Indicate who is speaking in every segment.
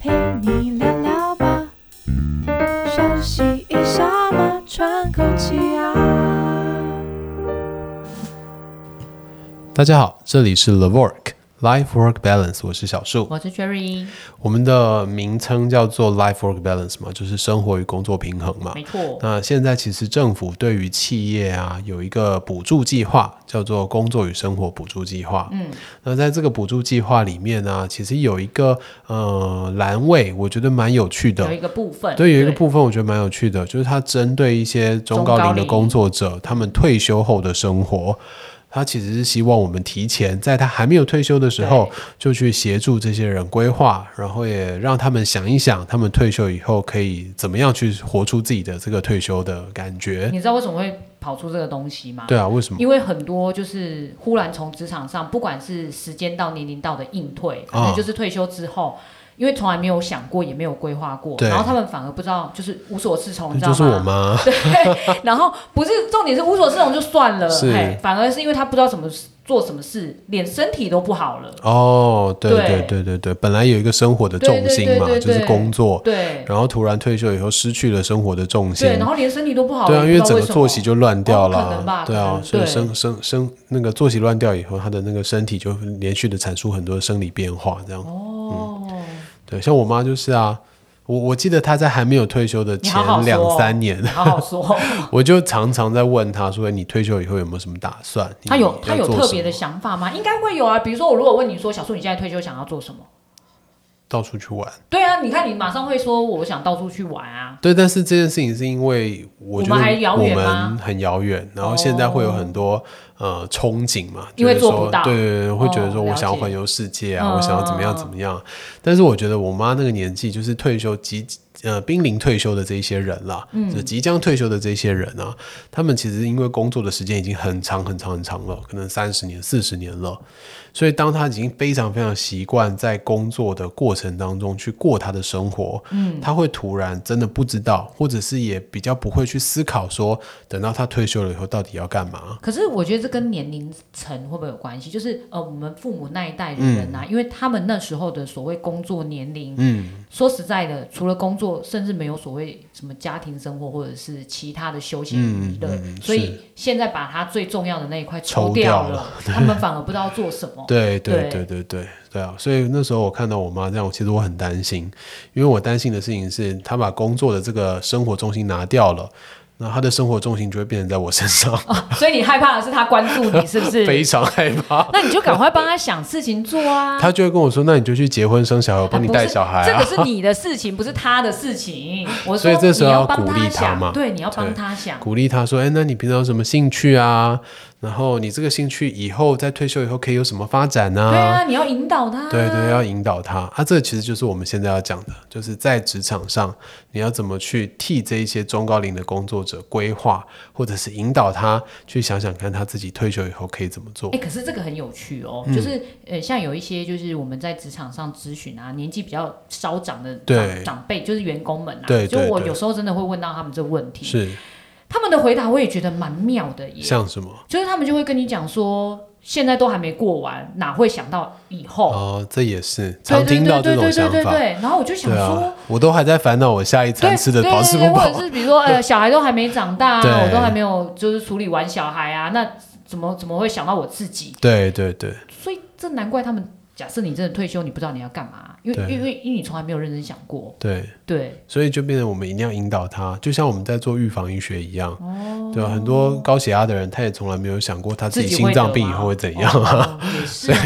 Speaker 1: 陪你聊聊吧，休息一下嘛，喘口气啊。
Speaker 2: 大家好，这里是 The Work Life Work Balance，我是小树。
Speaker 3: 我是 Cherry，
Speaker 2: 我们的名称叫做 Life Work Balance 嘛，就是生活与工作平衡嘛。
Speaker 3: 没错，
Speaker 2: 那现在其实政府对于企业啊有一个补助计划，叫做工作与生活补助计划。
Speaker 3: 嗯，
Speaker 2: 那在这个补助计划里面呢、啊其实有一个呃栏位，我觉得蛮有趣的
Speaker 3: 有一。个部分，
Speaker 2: 对，有一个部分我觉得蛮有趣的，就是它针对一些中高龄的工作者，他们退休后的生活，他其实是希望我们提前在他还没有退休的时候，就去协助这些人规划，然后也让他们想一想，他们退休以后可以怎么样去活出自己的这个退休的感觉。
Speaker 3: 你知道为什么会跑出这个东西吗？
Speaker 2: 哎对啊，为什么？
Speaker 3: 因为很多就是忽然从职场上，不管是时间到、年龄到的应退，可
Speaker 2: 啊
Speaker 3: 能就是退休之后，因为从来没有想过，也没有规划过，
Speaker 2: 对
Speaker 3: 然后他们反而不知道，就是无所适从，你知道
Speaker 2: 就
Speaker 3: 吗？
Speaker 2: 是我妈，
Speaker 3: 对， 然后不是重点是无所适从就算了，
Speaker 2: 是
Speaker 3: 嘿，反而是因为他不知道怎么做什么事，连身体都不好了。
Speaker 2: 哦，对
Speaker 3: 对
Speaker 2: 对对对对，本来有一个生活的重心嘛，
Speaker 3: 对对对对
Speaker 2: 就是
Speaker 3: 对
Speaker 2: 工作，
Speaker 3: 对
Speaker 2: 然后突然退休以后失去了生活的重心，
Speaker 3: 对，然后连身体都不好了，
Speaker 2: 对啊，因
Speaker 3: 也
Speaker 2: 为
Speaker 3: 不知道
Speaker 2: 整
Speaker 3: 为
Speaker 2: 个
Speaker 3: 什么
Speaker 2: 作息就乱掉
Speaker 3: 哦可能
Speaker 2: 啦，
Speaker 3: 吧
Speaker 2: 对
Speaker 3: 可
Speaker 2: 啊，
Speaker 3: 能
Speaker 2: 所以
Speaker 3: 对
Speaker 2: 生生生那个作息乱掉以后，他的那个身体就连续的产出很多生理变化，这样。嗯
Speaker 3: 哦，
Speaker 2: 对，像我妈就是啊，我我记得她在还没有退休的
Speaker 3: 你
Speaker 2: 前
Speaker 3: 好好说哦
Speaker 2: 两三年，
Speaker 3: 好好说。
Speaker 2: 我就常常在问她说：“哎你退休以后有没有什么打算？”你
Speaker 3: 他有
Speaker 2: 要
Speaker 3: 他有
Speaker 2: 做
Speaker 3: 特
Speaker 2: 什
Speaker 3: 别的
Speaker 2: 么
Speaker 3: 想法吗？应该会有啊。比如说，我如果问你说，小树，你现在退休想要做什么？
Speaker 2: 到处去玩。
Speaker 3: 对啊，你看你马上会说，我想到处去玩啊。
Speaker 2: 对，但是这件事情是因为我觉得
Speaker 3: 我们还遥远
Speaker 2: 我
Speaker 3: 吗哦
Speaker 2: 们很遥远，然后现在会有很多、呃憧憬嘛，
Speaker 3: 因为
Speaker 2: 就是说
Speaker 3: 做不到
Speaker 2: 对对对，会觉得
Speaker 3: 哦
Speaker 2: 说我
Speaker 3: 了
Speaker 2: 想要
Speaker 3: 解
Speaker 2: 环游世界啊，
Speaker 3: 嗯
Speaker 2: 我想要怎么样怎么样。但是我觉得我妈那个年纪，就是退休即呃濒临退休的这一些人啦，
Speaker 3: 嗯
Speaker 2: 就即将退休的这些人啊，他们其实因为工作的时间已经很长很长很长了，可能三十年、四十年了。所以，当他已经非常非常习惯在工作的过程当中去过他的生活，嗯，他会突然真的不知道，或者是也比较不会去思考说，等到他退休了以后到底要干嘛。
Speaker 3: 可是我觉得这跟年龄层会不会有关系？就是呃，我们父母那一代的人啊，因为他们那时候的所谓工作年龄，
Speaker 2: 嗯，
Speaker 3: 说实在的，除了工作，甚至没有所谓什么家庭生活或者是其他的休闲娱乐，
Speaker 2: 嗯嗯嗯
Speaker 3: 所
Speaker 2: 是
Speaker 3: 以现在把他最重要的那一块
Speaker 2: 抽
Speaker 3: 抽
Speaker 2: 掉
Speaker 3: 了
Speaker 2: 了
Speaker 3: 他们反而不知道做什么。
Speaker 2: 对对
Speaker 3: 对
Speaker 2: 对对对对啊！所以那时候我看到我妈这样，其实我很担心，因为我担心的事情是，她把工作的这个生活重心拿掉了，那她的生活重心就会变成在我身上，
Speaker 3: 所以你害怕的是他关 注你，是不
Speaker 2: 非
Speaker 3: 是？
Speaker 2: 常害怕。
Speaker 3: 那你就赶快帮他想事情做 啊！
Speaker 2: 她就会跟我说：“那你就去结婚生小孩，我帮你
Speaker 3: 啊不
Speaker 2: 带
Speaker 3: 是
Speaker 2: 小孩啊。
Speaker 3: 这个是你的事情，不是他的事情。我说
Speaker 2: 所以这时候
Speaker 3: 你
Speaker 2: 要
Speaker 3: 要帮
Speaker 2: 鼓励他
Speaker 3: 想
Speaker 2: 嘛
Speaker 3: 对，你要
Speaker 2: 对
Speaker 3: 帮他想。
Speaker 2: 鼓励他说：“哎，那你平常有什么兴趣啊？然后你这个兴趣以后在退休以后可以有什么发展呢、
Speaker 3: 对啊，你要引导他。
Speaker 2: 对对，要引导他啊，这其实就是我们现在要讲的，就是在职场上，你要怎么去替这一些中高龄的工作者规划，或者是引导他去想想看他自己退休以后可以怎么做
Speaker 3: 哎、。可是这个很有趣哦，
Speaker 2: 嗯
Speaker 3: 就是呃，像有一些就是我们在职场上咨询啊，年纪比较稍长的
Speaker 2: 对
Speaker 3: 长长辈，就是员工们啊，
Speaker 2: 对对
Speaker 3: 就我
Speaker 2: 对
Speaker 3: 有时候真的会问到他们这问题，
Speaker 2: 是
Speaker 3: 他们的回答我也觉得蛮妙的耶，
Speaker 2: 像什么？
Speaker 3: 就是他们就会跟你讲说，现在都还没过完，哪会想到以后？
Speaker 2: 哦，这也是
Speaker 3: 对
Speaker 2: 常听到这种
Speaker 3: 对对
Speaker 2: 想
Speaker 3: 对对对
Speaker 2: 法。
Speaker 3: 对，然后我就想
Speaker 2: 对
Speaker 3: 说。
Speaker 2: 啊，我都还在烦恼我下一
Speaker 3: 对
Speaker 2: 餐吃的
Speaker 3: 对
Speaker 2: 饱吃不
Speaker 3: 对
Speaker 2: 饱
Speaker 3: 对或。者是比如说， 呃，小孩都还没长大、
Speaker 2: 对
Speaker 3: 啊，我都还没有就是处理完小孩啊，那怎么怎么会想到我自己？
Speaker 2: 对对对，
Speaker 3: 所以这难怪他们，假设你真的退休，你不知道你要干嘛，因为
Speaker 2: 对
Speaker 3: 因为因为你从来没有认真想过，
Speaker 2: 对。
Speaker 3: 对，
Speaker 2: 所以就变成我们一定要引导他，就像我们在做预防医学一样，对啊，很多高血压的人，他也从来没有想过他自己
Speaker 3: 哦己
Speaker 2: 心
Speaker 3: 会
Speaker 2: 脏
Speaker 3: 得
Speaker 2: 病以
Speaker 3: 吗
Speaker 2: 后会怎样啊，
Speaker 3: 哦 也是哦。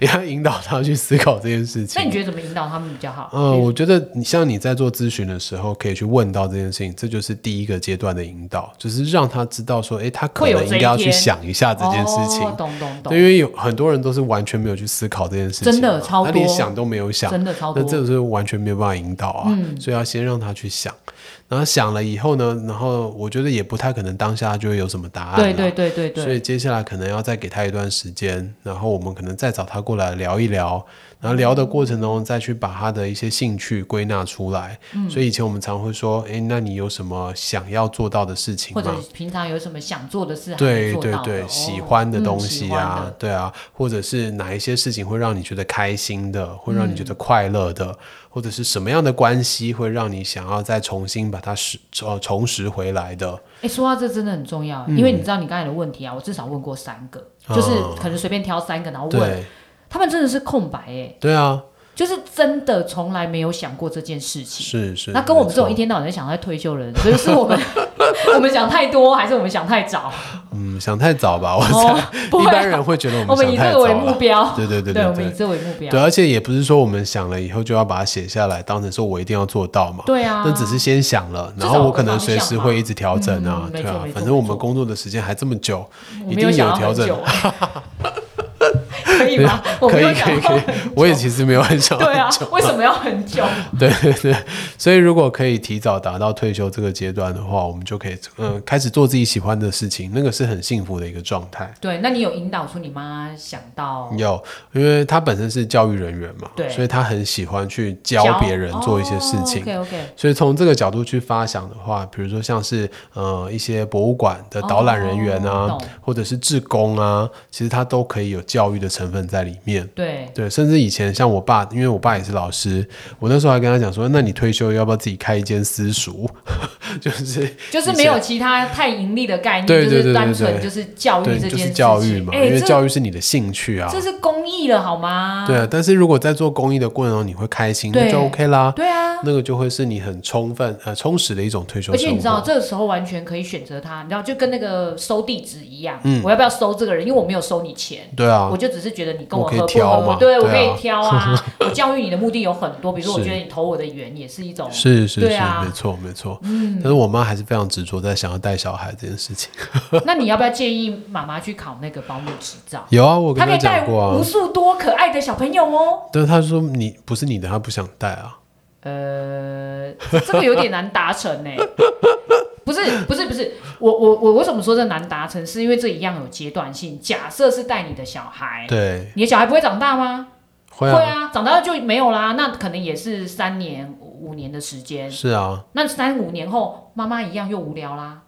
Speaker 2: 也要引导他去思考这件事
Speaker 3: 那
Speaker 2: 情。
Speaker 3: 你觉得怎么引导他们比较好？
Speaker 2: 嗯，我觉得你像你在做咨询的时候，可以去问到这件事情，这就是第一个阶段的引导，就是让他知道说，诶，他可
Speaker 3: 会有
Speaker 2: 能应
Speaker 3: 这
Speaker 2: 该
Speaker 3: 一
Speaker 2: 要去
Speaker 3: 天
Speaker 2: 想一下这件事情
Speaker 3: 哦、，懂懂
Speaker 2: 对，因
Speaker 3: 懂，
Speaker 2: 为有很多人都是完全没有去思考这件事情嘛，
Speaker 3: 真的超
Speaker 2: 他连
Speaker 3: 多
Speaker 2: 想都没有想，
Speaker 3: 真的超
Speaker 2: 那
Speaker 3: 多。嗯
Speaker 2: 这个是完全没有办法引导啊，所以要先让他去想。然后想了以后呢，然后我觉得也不太可能当下就会有什么答案啦。啊
Speaker 3: 对对对对
Speaker 2: 所以
Speaker 3: 对，
Speaker 2: 接下来可能要再给他一段时间，然后我们可能再找他过来聊一聊，然后聊的过程中再去把他的一些兴趣归纳出来。
Speaker 3: 嗯
Speaker 2: 所以以前我们常会说，诶，那你有什么想要做到的事情
Speaker 3: 或者
Speaker 2: 吗？
Speaker 3: 平常有什么想做的事还没
Speaker 2: 对
Speaker 3: 做
Speaker 2: 对
Speaker 3: 到的
Speaker 2: 对，
Speaker 3: 哦
Speaker 2: 喜欢的
Speaker 3: 嗯
Speaker 2: 东
Speaker 3: 喜
Speaker 2: 西
Speaker 3: 欢
Speaker 2: 啊，
Speaker 3: 的
Speaker 2: 对啊，或者是哪一些事情会让你觉得开心的，会让你觉得快乐
Speaker 3: 嗯
Speaker 2: 的，或者是什么样的关系会让你想要再重新把它拾呃重拾回来的？
Speaker 3: 哎、说到这真的很重要，因为你知道你刚才的问题啊，我至少问过三个，就是
Speaker 2: 嗯
Speaker 3: 可能随便挑三个，然后问，
Speaker 2: 对
Speaker 3: 他们真的是空白哎，
Speaker 2: 对啊，
Speaker 3: 就是真的从来没有想过这件事情。
Speaker 2: 是是。
Speaker 3: 那跟我们
Speaker 2: 没
Speaker 3: 这种
Speaker 2: 错
Speaker 3: 一天到晚在想在退休的人，所以是 我们我们想太多，还是我们想太早？
Speaker 2: 嗯，想太早吧，我
Speaker 3: 哦， 不
Speaker 2: 一
Speaker 3: 会
Speaker 2: 般
Speaker 3: 啊，
Speaker 2: 人会觉得
Speaker 3: 我
Speaker 2: 我们
Speaker 3: 们以
Speaker 2: 想太
Speaker 3: 这个
Speaker 2: 早
Speaker 3: 为目
Speaker 2: 了。
Speaker 3: 标，
Speaker 2: 对对对
Speaker 3: 对，我们以
Speaker 2: 对
Speaker 3: 这为目标
Speaker 2: 对，，啊而且也不是说我们想了以后就要把它写下来，当成说我一定要做到嘛。
Speaker 3: 对啊，
Speaker 2: 那只是先想了，
Speaker 3: 至
Speaker 2: 然
Speaker 3: 少
Speaker 2: 后
Speaker 3: 有
Speaker 2: 我
Speaker 3: 个
Speaker 2: 可能
Speaker 3: 方
Speaker 2: 随
Speaker 3: 向
Speaker 2: 时
Speaker 3: 嘛
Speaker 2: 会一直调整啊，
Speaker 3: 嗯
Speaker 2: 对
Speaker 3: 没错
Speaker 2: 啊
Speaker 3: 没，错
Speaker 2: 反正我们
Speaker 3: 没错
Speaker 2: 工作的时间还这么久，
Speaker 3: 我
Speaker 2: 一
Speaker 3: 没有
Speaker 2: 定
Speaker 3: 想
Speaker 2: 有调
Speaker 3: 要很
Speaker 2: 整啊
Speaker 3: 久， 可以吗？我
Speaker 2: 可
Speaker 3: 没有
Speaker 2: 以
Speaker 3: 想
Speaker 2: 可以
Speaker 3: 要
Speaker 2: 可以
Speaker 3: 很久，
Speaker 2: 我也其实没有很想
Speaker 3: 对啊
Speaker 2: 很久，，
Speaker 3: 为什么要很久？
Speaker 2: 对对对，所以如果可以提早达到退休这个阶段的话，我们就可以嗯、开始做自己喜欢的事情，那个是很幸福的一个状态。
Speaker 3: 对，那你有引导出你妈想到
Speaker 2: 有，因为他本身是教育人员嘛，
Speaker 3: 哦对哦
Speaker 2: 所以他很喜欢去教别人做一些事情。
Speaker 3: OK OK，
Speaker 2: 所以从这个角度去发想的话，比如说像是呃一些博物馆的导览人员啊，
Speaker 3: 哦懂
Speaker 2: 或者是志工啊，其实他都可以有教育的成分在里面。
Speaker 3: 对，
Speaker 2: 对，甚至以前像我爸，因为我爸也是老师，我那时候还跟他讲说，那你退休要不要自己开一间私塾？ 就是
Speaker 3: 就是没有其他太盈利的概念，
Speaker 2: 对
Speaker 3: 就
Speaker 2: 对
Speaker 3: 是
Speaker 2: 对
Speaker 3: 单
Speaker 2: 对
Speaker 3: 纯
Speaker 2: 对
Speaker 3: 就是教育
Speaker 2: 对，
Speaker 3: 这
Speaker 2: 就
Speaker 3: 件
Speaker 2: 是
Speaker 3: 事
Speaker 2: 教育
Speaker 3: 情。
Speaker 2: 嘛，
Speaker 3: 哎，
Speaker 2: 因为
Speaker 3: 这
Speaker 2: 教育是你的兴趣啊。
Speaker 3: 这是公益了好吗？
Speaker 2: 对啊，但是如果在做公益的过程中你会开心，那
Speaker 3: 对
Speaker 2: 就 OK 啦。
Speaker 3: 对啊，
Speaker 2: 那个就会是你很充分呃充实的一种退休
Speaker 3: 而
Speaker 2: 生活。
Speaker 3: 且你知道，这个时候完全可以选择他，你知道，就跟那个收地址一样，我要不要收这个人？因为我没有收你钱。
Speaker 2: 对嗯啊
Speaker 3: 我，就只是觉得你跟
Speaker 2: 我
Speaker 3: 我
Speaker 2: 可以
Speaker 3: 合不
Speaker 2: 挑嘛
Speaker 3: 合，对我可
Speaker 2: 对
Speaker 3: 以
Speaker 2: 啊
Speaker 3: 挑啊。我教育你的目的有很多，比如说，我
Speaker 2: 是
Speaker 3: 觉得你投我的缘也是一种
Speaker 2: 是是
Speaker 3: 对
Speaker 2: 是，
Speaker 3: 啊嗯
Speaker 2: 没错没错。但是我妈还是非常执着在想要带小孩这件事情。
Speaker 3: 那你要不要建议妈妈去考那个保姆执照？
Speaker 2: 有啊，我跟
Speaker 3: 她可
Speaker 2: 她
Speaker 3: 以带
Speaker 2: 讲过
Speaker 3: 无
Speaker 2: 啊，
Speaker 3: 数多可爱的小朋 友哦。
Speaker 2: 但是她说你不是你的，她不想带啊。
Speaker 3: 呃，这个有点难达成呢、欸不是不是不是，我我我为什么说这难达成？是因为这一样有阶段性。假设是带你的小孩，
Speaker 2: 对，
Speaker 3: 你的小孩不会长大吗？
Speaker 2: 会啊，
Speaker 3: 长大就没有啦。那可能也是三年五五年的时间。
Speaker 2: 是啊，
Speaker 3: 那三五年后，妈妈一样又无聊啦。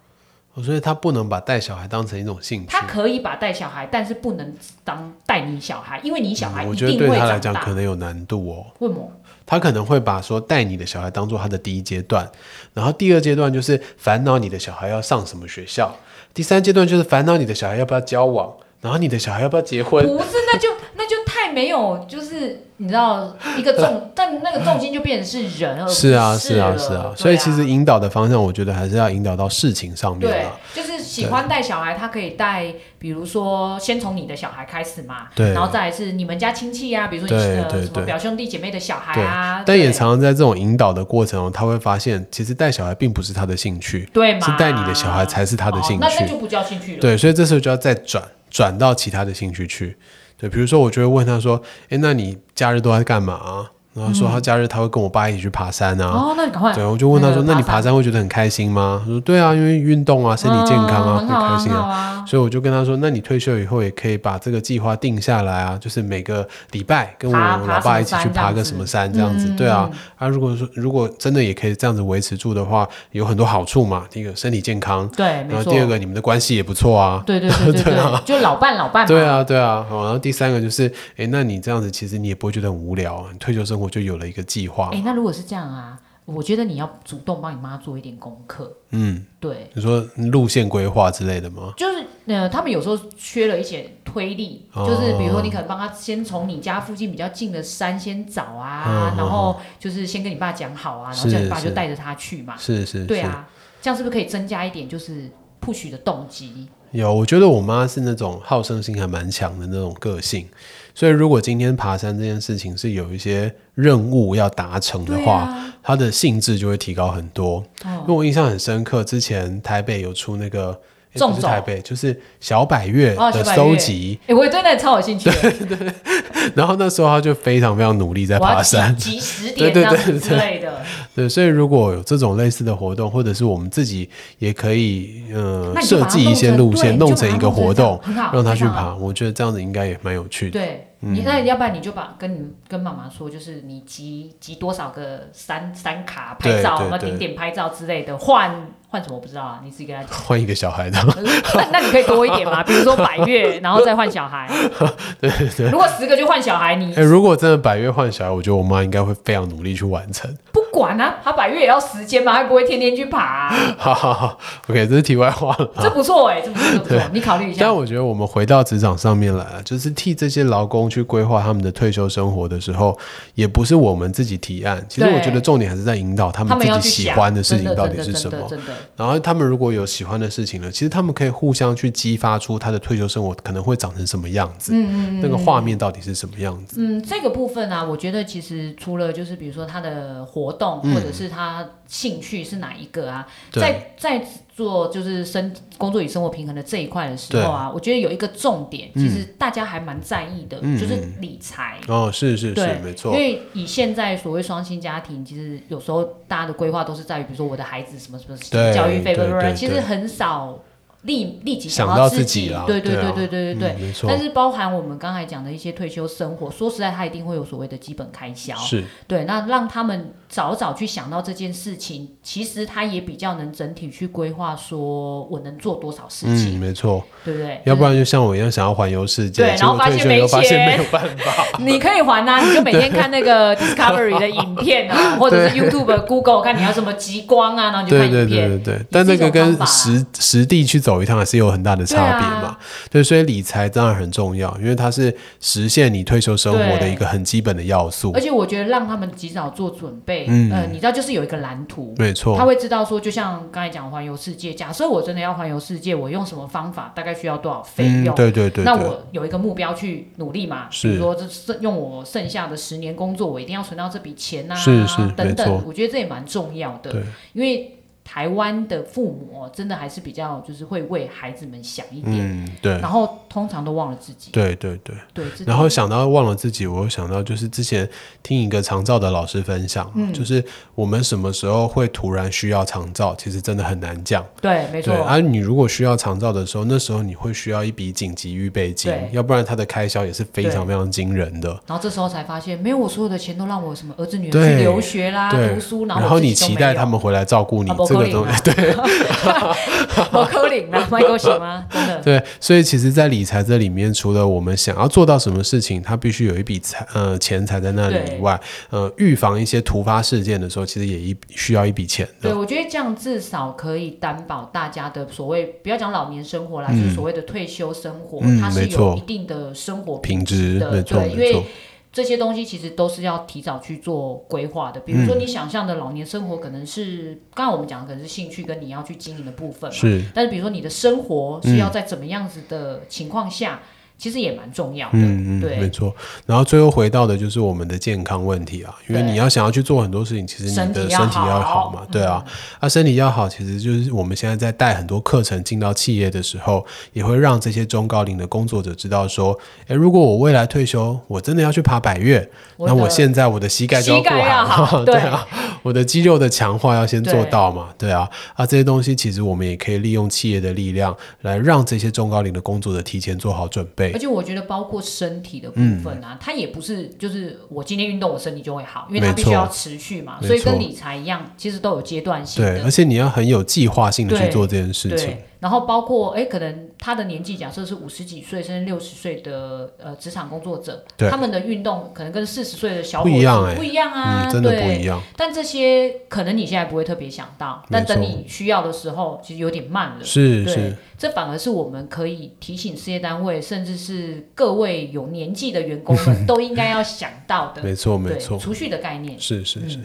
Speaker 2: 所以她不能把带小孩当成一种兴趣
Speaker 3: 她。可以把带小孩，但是不能当带你小孩，因为你小孩
Speaker 2: 嗯我
Speaker 3: 一
Speaker 2: 觉得
Speaker 3: 定
Speaker 2: 对
Speaker 3: 会
Speaker 2: 她来
Speaker 3: 长
Speaker 2: 讲
Speaker 3: 大。
Speaker 2: 可能有难度哦。
Speaker 3: 为什么？
Speaker 2: 她可能会把说带你的小孩当做她的第一阶段，然后第二阶段就是烦恼你的小孩要上什么学校，第三阶段就是烦恼你的小孩要不要交往，然后你的小孩要不要结婚。
Speaker 3: 不是，那就那就太没有，就是你知道一个重，但那个重心就变成是人，而不
Speaker 2: 啊是啊，是
Speaker 3: 是
Speaker 2: 啊，
Speaker 3: 了
Speaker 2: 是啊
Speaker 3: 对，
Speaker 2: 所以其实引导的方向，我觉得还是要引导到事情上面
Speaker 3: 对
Speaker 2: 啦。，
Speaker 3: 就是喜欢带小孩，他可以带，比如说先从你的小孩开始嘛，
Speaker 2: 对
Speaker 3: 然后再来是你们家亲戚啊，比如说你
Speaker 2: 对
Speaker 3: 的
Speaker 2: 对
Speaker 3: 什么
Speaker 2: 对
Speaker 3: 表兄弟姐妹的小孩
Speaker 2: 对
Speaker 3: 啊，，
Speaker 2: 但
Speaker 3: 对
Speaker 2: 也常常在这种引导的过程中，他会发现，其实带小孩并不是他的兴趣，
Speaker 3: 对嘛，
Speaker 2: 是带你的小孩才是他的兴
Speaker 3: 哦那那
Speaker 2: 趣。
Speaker 3: 就不叫兴趣了，
Speaker 2: 对，啊所以这时候就要再转转到其他的兴趣去。对，比如说我就会问他说：“诶，那你假日都在干嘛啊、然后他说他假日他会跟我爸一起去爬山啊。
Speaker 3: 嗯哦，那你赶快，
Speaker 2: 对，我就问他说：“
Speaker 3: 那个
Speaker 2: 那你
Speaker 3: 爬山
Speaker 2: 爬山会觉得很开心吗？”他说：“对啊，因为运动啊，身体健康啊，
Speaker 3: 嗯很好
Speaker 2: 会
Speaker 3: 啊，
Speaker 2: 开心
Speaker 3: 很
Speaker 2: 啊
Speaker 3: 好。”啊，
Speaker 2: 所以我就跟他说，那你退休以后也可以把这个计划定下来啊，就是每个礼拜跟我
Speaker 3: 爬爬
Speaker 2: 老爸一起
Speaker 3: 什么
Speaker 2: 去
Speaker 3: 山
Speaker 2: 爬
Speaker 3: 这样
Speaker 2: 个
Speaker 3: 子嗯
Speaker 2: 什么山这样子，对啊。啊，如果说如果真的也可以这样子维持住的话，有很多好处嘛。第一个身体健康，
Speaker 3: 对，
Speaker 2: 然
Speaker 3: 没
Speaker 2: 后
Speaker 3: 错，
Speaker 2: 第二个你们的关系也不错啊。
Speaker 3: 对对 对对对，就老伴老伴嘛，
Speaker 2: 对啊，对啊，好，然后第三个就是，诶，那你这样子其实你也不会觉得很无聊啊，你退休生活就有了一个计划
Speaker 3: 哎、。那如果是这样啊，我觉得你要主动帮你妈做一点功课。
Speaker 2: 嗯，
Speaker 3: 对，
Speaker 2: 你说路线规划之类的吗？
Speaker 3: 就是呃，他们有时候缺了一些推力，
Speaker 2: 哦
Speaker 3: 就是比如说你可能帮他先从你家附近比较近的山先找啊，
Speaker 2: 嗯嗯
Speaker 3: 然后就是先跟你爸讲好啊，然后
Speaker 2: 是
Speaker 3: 叫你爸就是带着他去嘛。
Speaker 2: 是是，
Speaker 3: 对
Speaker 2: 是
Speaker 3: 啊，这样是不是可以增加一点就是 push 的动机？
Speaker 2: 有，我觉得我妈是那种好胜心还蛮强的那种个性，所以如果今天爬山这件事情是有一些任务要达成的
Speaker 3: 对
Speaker 2: 话，
Speaker 3: 啊，
Speaker 2: 她的兴致就会提高很多。因为
Speaker 3: 哦，
Speaker 2: 我印象很深刻，之前台北有出那个，诶、诶不
Speaker 3: 纵
Speaker 2: 是
Speaker 3: 走
Speaker 2: 台北，就是小百越
Speaker 3: 哦小
Speaker 2: 的
Speaker 3: 百
Speaker 2: 收
Speaker 3: 越
Speaker 2: 集。
Speaker 3: 哎、我也对那里超有兴趣的，
Speaker 2: 然后那时候他就非常非常努力在
Speaker 3: 我要
Speaker 2: 爬
Speaker 3: 集
Speaker 2: 山，
Speaker 3: 集十点这
Speaker 2: 对对
Speaker 3: 样子
Speaker 2: 对
Speaker 3: 之
Speaker 2: 对
Speaker 3: 类的。
Speaker 2: 对，所以如果有这种类似的活动，或者是我们自己也可以，呃
Speaker 3: 那，你就
Speaker 2: 设
Speaker 3: 把它
Speaker 2: 计一
Speaker 3: 弄
Speaker 2: 些
Speaker 3: 成
Speaker 2: 路
Speaker 3: 对
Speaker 2: 线，
Speaker 3: 你
Speaker 2: 弄
Speaker 3: 就
Speaker 2: 成
Speaker 3: 把
Speaker 2: 一
Speaker 3: 它
Speaker 2: 个
Speaker 3: 弄成
Speaker 2: 活
Speaker 3: 这样啊
Speaker 2: 动
Speaker 3: 很好，
Speaker 2: 让他
Speaker 3: 非
Speaker 2: 去
Speaker 3: 常
Speaker 2: 爬，我觉得这样子应该也蛮有趣的。
Speaker 3: 对
Speaker 2: 嗯
Speaker 3: 你，那要不然你就把跟你跟妈妈说，就是你集集多少个山山卡拍
Speaker 2: 对
Speaker 3: 照，
Speaker 2: 对
Speaker 3: 什么
Speaker 2: 对
Speaker 3: 顶点拍照之类的，换换什么我不知道啊，你自己跟他 讲。
Speaker 2: 换一个小孩的，
Speaker 3: 那那你可以多一点嘛，比如说百月，然后再换小孩。
Speaker 2: 对对对。
Speaker 3: 如果十个就换小孩，你
Speaker 2: 哎、 如果真的百越换小孩，我觉得我妈应该会非常努力去完成。
Speaker 3: 不管啊，他百月也要时间嘛，他不会天天去爬啊、
Speaker 2: 好好好，OK，这是题外话了。
Speaker 3: 这不错哎、这不错，这不错
Speaker 2: 对，
Speaker 3: 你考虑一下
Speaker 2: 但。我觉得我们回到职场上面来啊，就是替这些劳工去规划他们的退休生活的时候，也不是我们自己提案。其实
Speaker 3: 对
Speaker 2: 我觉得重点还是在引导他
Speaker 3: 他
Speaker 2: 们
Speaker 3: 们要
Speaker 2: 自
Speaker 3: 去
Speaker 2: 己喜
Speaker 3: 想
Speaker 2: 欢的事情
Speaker 3: 真
Speaker 2: 到底
Speaker 3: 真
Speaker 2: 是
Speaker 3: 的
Speaker 2: 什么。
Speaker 3: 真的真的
Speaker 2: 然后他们如果有喜欢的事情了，其实他们可以互相去激发出他的退休生活可能会长成什么样子，嗯嗯那个画面到底是什么样子。
Speaker 3: 嗯，这个部分啊，我觉得其实除了就是比如说他的活动，或者是他兴趣是哪一个啊，
Speaker 2: 嗯对
Speaker 3: 在在做就是生工作与生活平衡的这一块的时候啊，我觉得有一个重点，其实大家还蛮在意的，
Speaker 2: 嗯
Speaker 3: 就是理财。
Speaker 2: 哦，是是是
Speaker 3: 对，，
Speaker 2: 没错
Speaker 3: 因。为以现在所谓双薪家庭，其实有时候大家的规划都是在于，比如说我的孩子什么什么
Speaker 2: 对
Speaker 3: 教育费，
Speaker 2: 对
Speaker 3: 不不不
Speaker 2: 对
Speaker 3: 其
Speaker 2: 对
Speaker 3: 实很少立立即
Speaker 2: 想
Speaker 3: 到
Speaker 2: 到自己
Speaker 3: 己
Speaker 2: 啦，
Speaker 3: 对对
Speaker 2: 啊
Speaker 3: 对对对对对
Speaker 2: 嗯。没错
Speaker 3: 但，是包含我们刚才讲的一些退休生活，说实在，他一定会有所谓的基本开销。
Speaker 2: 是
Speaker 3: 对，那让他们早早去想到这件事情，其实他也比较能整体去规划，说我能做多少事
Speaker 2: 嗯，
Speaker 3: 情，
Speaker 2: 没错。
Speaker 3: 对不对？
Speaker 2: 要不
Speaker 3: 然
Speaker 2: 然就像我一样想要环游世
Speaker 3: 对
Speaker 2: 界，结
Speaker 3: 然后
Speaker 2: 果
Speaker 3: 发
Speaker 2: 退
Speaker 3: 现
Speaker 2: 休
Speaker 3: 没
Speaker 2: 以后发现没
Speaker 3: 钱
Speaker 2: 有办法。
Speaker 3: 你可以还啊，你就每天看 那个 Discovery 的影片啊，或者是 YouTube、Google 看你要什么极光啊，然后你就看
Speaker 2: 对对对
Speaker 3: 影片。
Speaker 2: 对对，但那个
Speaker 3: 方
Speaker 2: 跟
Speaker 3: 法啦啊
Speaker 2: 实实地去走一趟还是有很大的差别嘛。对，所以理财当然很重要，因为它是实现你退休生活的
Speaker 3: 对
Speaker 2: 一个很基本的要素
Speaker 3: 而。且我觉得让他们及早做准备，
Speaker 2: 嗯
Speaker 3: 呃，你知道就是有一个蓝图，
Speaker 2: 没错，
Speaker 3: 他会知道说，就像刚才讲环游世界，假设我真的要环游世界，我用什么方法，大概需要多少费
Speaker 2: 嗯，
Speaker 3: 用？
Speaker 2: 对对对，
Speaker 3: 那
Speaker 2: 对
Speaker 3: 我有一个目标去努力嘛，
Speaker 2: 是
Speaker 3: 比如说这剩用我剩下的十年工作，我一定要存到这笔钱啊，
Speaker 2: 是是
Speaker 3: 等
Speaker 2: 没错
Speaker 3: 等，我觉得这也蛮重要的，
Speaker 2: 对
Speaker 3: 因为台湾的父母哦真的还是比较就是会为孩子们想一点，
Speaker 2: 嗯，对
Speaker 3: 然后通常都忘了自己，
Speaker 2: 对对对。
Speaker 3: 对，这
Speaker 2: 然后想到忘了自己，我又想到就是之前听一个长照的老师分享，
Speaker 3: 嗯
Speaker 2: 就是我们什么时候会突然需要长照，其实真的很难讲。
Speaker 3: 对，没
Speaker 2: 对，
Speaker 3: 错，
Speaker 2: 啊，你如果需要长照的时候，那时候你会需要一笔紧急预备金
Speaker 3: 对，
Speaker 2: 要不然它的开销也是非常非常惊人的。
Speaker 3: 然后这时候才发现，没有我所有的钱都让我什么儿子女儿
Speaker 2: 对
Speaker 3: 去留学啦、
Speaker 2: 对
Speaker 3: 读书，
Speaker 2: 然
Speaker 3: 后我自己
Speaker 2: 你
Speaker 3: 都
Speaker 2: 期
Speaker 3: 没
Speaker 2: 待
Speaker 3: 有
Speaker 2: 他们回来照顾你
Speaker 3: 啊不，
Speaker 2: 这
Speaker 3: 可
Speaker 2: 个
Speaker 3: 能
Speaker 2: 东
Speaker 3: 啊
Speaker 2: 西， 对
Speaker 3: 我扣 零啦，Michael 行吗？真 的，
Speaker 2: 对，所以其实，在理财这里面，除了我们想要做到什么事情，它必须有一笔财呃钱财在那里
Speaker 3: 对
Speaker 2: 以外，呃，预防一些突发事件的时候，其实也一需要一笔钱
Speaker 3: 对，
Speaker 2: 的。
Speaker 3: 我觉得这样至少可以担保大家的所谓，不要讲老年生活啦，就是所谓的退休生活，
Speaker 2: 嗯
Speaker 3: 它是
Speaker 2: 没
Speaker 3: 有
Speaker 2: 错
Speaker 3: 一定的生活
Speaker 2: 品质
Speaker 3: 的，
Speaker 2: 没错
Speaker 3: 对，因
Speaker 2: 没
Speaker 3: 为
Speaker 2: 错，
Speaker 3: 这些东西其实都是要提早去做规划的。比如
Speaker 2: 嗯
Speaker 3: 说你想象的老年生活，可能是刚才我们讲的，可能是兴趣跟你要去经营的部分嘛。
Speaker 2: 是嗯
Speaker 3: 但是比如说你的生活是要在怎么样子的情况下，其实也蛮重要的。
Speaker 2: 嗯嗯，没
Speaker 3: 对，
Speaker 2: 错。然后最后回到的就是我们的健康问题啊，因为
Speaker 3: 对
Speaker 2: 你要想要去做很多事情，其实你
Speaker 3: 嗯身
Speaker 2: 的
Speaker 3: 体要
Speaker 2: 身体要
Speaker 3: 好嗯
Speaker 2: 好嘛，对啊。那、身体要好，其实就是我们现在在带很多课程进到企业的时候，也会让这些中高龄的工作者知道说，诶，如果我未来退休，我真的要去爬百越，
Speaker 3: 我
Speaker 2: 那我
Speaker 3: 的
Speaker 2: 现在我的膝盖就
Speaker 3: 膝盖要
Speaker 2: 要顾
Speaker 3: 好
Speaker 2: 对
Speaker 3: 对
Speaker 2: 啊，我的肌肉的强化要先做
Speaker 3: 对
Speaker 2: 到嘛，对啊，啊这些东西其实我们也可以利用企业的力量来让这些中高龄的工作者提前做好准备
Speaker 3: 而。且我觉得包括身体的部分
Speaker 2: 嗯
Speaker 3: 啊，它也不是就是我今天运动我身体就会好，因为它
Speaker 2: 没
Speaker 3: 必须
Speaker 2: 错
Speaker 3: 要持续嘛，
Speaker 2: 没
Speaker 3: 所以跟
Speaker 2: 错
Speaker 3: 理财一样，其实都有阶段性
Speaker 2: 对，而
Speaker 3: 的。
Speaker 2: 且你要很有计划性的去做这件事情。
Speaker 3: 对，然后包括哎，可能他的年纪假设是五十几岁甚至六十岁的呃职场工作者，
Speaker 2: 对
Speaker 3: 他们的运动可能跟四十岁的小
Speaker 2: 不
Speaker 3: 伙
Speaker 2: 一样哎
Speaker 3: 子不一样啊，
Speaker 2: 嗯，真的不
Speaker 3: 对
Speaker 2: 一样，
Speaker 3: 但这些可能你现在不会特别想到，但
Speaker 2: 没错
Speaker 3: 等你需要的时候，其实有点慢了。
Speaker 2: 是
Speaker 3: 对
Speaker 2: 是，，
Speaker 3: 这反而是我们可以提醒事业单位，甚至是各位有年纪的员工 们都应该要想到的，
Speaker 2: 没错没
Speaker 3: 对，嗯
Speaker 2: 错，
Speaker 3: 储蓄的概念。
Speaker 2: 是是是，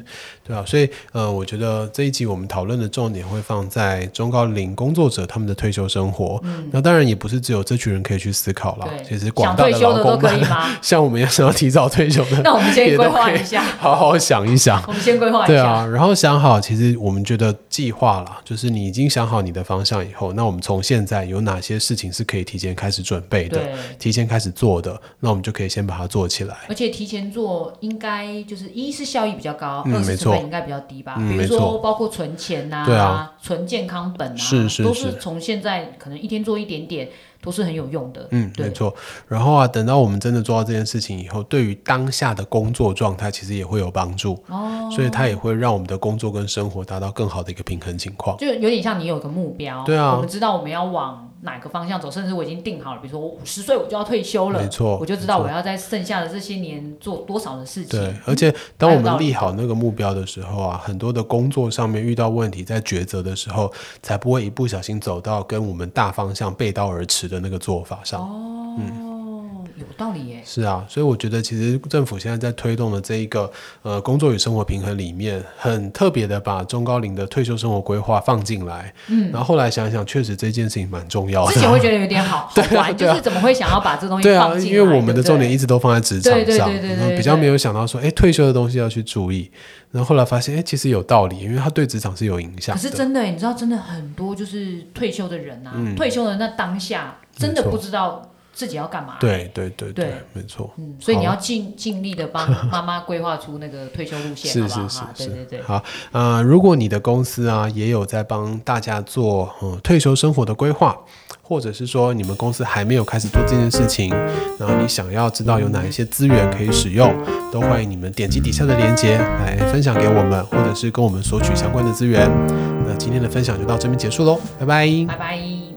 Speaker 2: 对啊，所以呃，我觉得这一集我们讨论的重点会放在中高龄工作者他们的退休生活。那当然也不是只有这群人可以去思考啦，
Speaker 3: 嗯对，
Speaker 2: 其实广
Speaker 3: 想
Speaker 2: 大
Speaker 3: 退
Speaker 2: 的
Speaker 3: 休
Speaker 2: 劳
Speaker 3: 的都
Speaker 2: 工
Speaker 3: 可以
Speaker 2: 们，
Speaker 3: 吗？
Speaker 2: 像我们也想要提早退休的，
Speaker 3: 那我们先
Speaker 2: 也
Speaker 3: 规
Speaker 2: 都
Speaker 3: 划
Speaker 2: 可以
Speaker 3: 一下，
Speaker 2: 好好想一想。
Speaker 3: 我们先规划一
Speaker 2: 对
Speaker 3: 下。
Speaker 2: 啊，然后想好，其实我们觉得计划啦，就是你已经想好你的方向以后，那我们从现在有哪些事情是可以提前开始准备的，
Speaker 3: 对，
Speaker 2: 提前开始做的，那我们就可以先把它做起来。
Speaker 3: 而且提前做应该就是一是效益比较高，
Speaker 2: 嗯
Speaker 3: 二是
Speaker 2: 没
Speaker 3: 成
Speaker 2: 错
Speaker 3: 本应该比较低吧。
Speaker 2: 嗯
Speaker 3: 比如
Speaker 2: 没错
Speaker 3: 说包括存钱呐、
Speaker 2: 对啊
Speaker 3: 存健康本啊，
Speaker 2: 是是
Speaker 3: 都
Speaker 2: 是
Speaker 3: 是从现在可能一天做一点点，都是很有用的。
Speaker 2: 嗯，
Speaker 3: 对
Speaker 2: 没错。然后啊，等到我们真的做到这件事情以后，对于当下的工作状态其实也会有帮助，
Speaker 3: 哦，
Speaker 2: 所以它也会让我们的工作跟生活达到更好的一个平衡情况。
Speaker 3: 就有点像你有一个目标，
Speaker 2: 对啊
Speaker 3: 我们知道我们要往哪个方向走，甚至我已经定好了，比如说我五十岁我就要退休了，
Speaker 2: 没错
Speaker 3: 我就知道
Speaker 2: 没
Speaker 3: 我
Speaker 2: 错
Speaker 3: 要在剩下的这些年做多少的事情。
Speaker 2: 对，而且当我
Speaker 3: 嗯蛮有道
Speaker 2: 们
Speaker 3: 理
Speaker 2: 立好那个目标的时候啊，很多的工作上面遇到问题，在抉择的时候，才不会一不小心走到跟我们大方向背道而驰的那个做法上。
Speaker 3: 哦，有道理耶。
Speaker 2: 是啊，所以我觉得其实政府现在在推动的这一个呃工作与生活平衡里面，很特别的把中高龄的退休生活规划放进来。嗯，然后后来想一想，确实这件事情蛮重要的。
Speaker 3: 之前会觉得有点 好好玩，就是怎么会想要把这东西
Speaker 2: 啊对啊
Speaker 3: 放，进
Speaker 2: 因
Speaker 3: 来？
Speaker 2: 为我们的
Speaker 3: 对不对
Speaker 2: 重点一直都放在职场
Speaker 3: 对对
Speaker 2: 上
Speaker 3: 对对，对
Speaker 2: 然后
Speaker 3: 对
Speaker 2: 比较
Speaker 3: 对
Speaker 2: 没有想到说，哎，退休的东西要去注意。然后后来发现，哎，其实有道理，因为它对职场是有影响
Speaker 3: 可
Speaker 2: 的。
Speaker 3: 是真的耶，你知道，真的很多就是退休的人啊，
Speaker 2: 嗯
Speaker 3: 退休的那当下真的
Speaker 2: 没错
Speaker 3: 不知道自己要干嘛。，
Speaker 2: 对对对
Speaker 3: 对
Speaker 2: 对，没错。
Speaker 3: 嗯，所以你要尽尽力的帮妈妈规划出那个退休路线，
Speaker 2: 是
Speaker 3: 好不好？
Speaker 2: 是
Speaker 3: 哈
Speaker 2: 是是
Speaker 3: 对对对。
Speaker 2: 好，呃，如果你的公司啊也有在帮大家做嗯退休生活的规划，或者是说你们公司还没有开始做这件事情，然后你想要知道有哪一些资源可以使用，都欢迎你们点击底下的链接来分享给我们，或者是跟我们索取相关的资源。那今天的分享就到这边结束喽，拜拜
Speaker 3: 拜拜。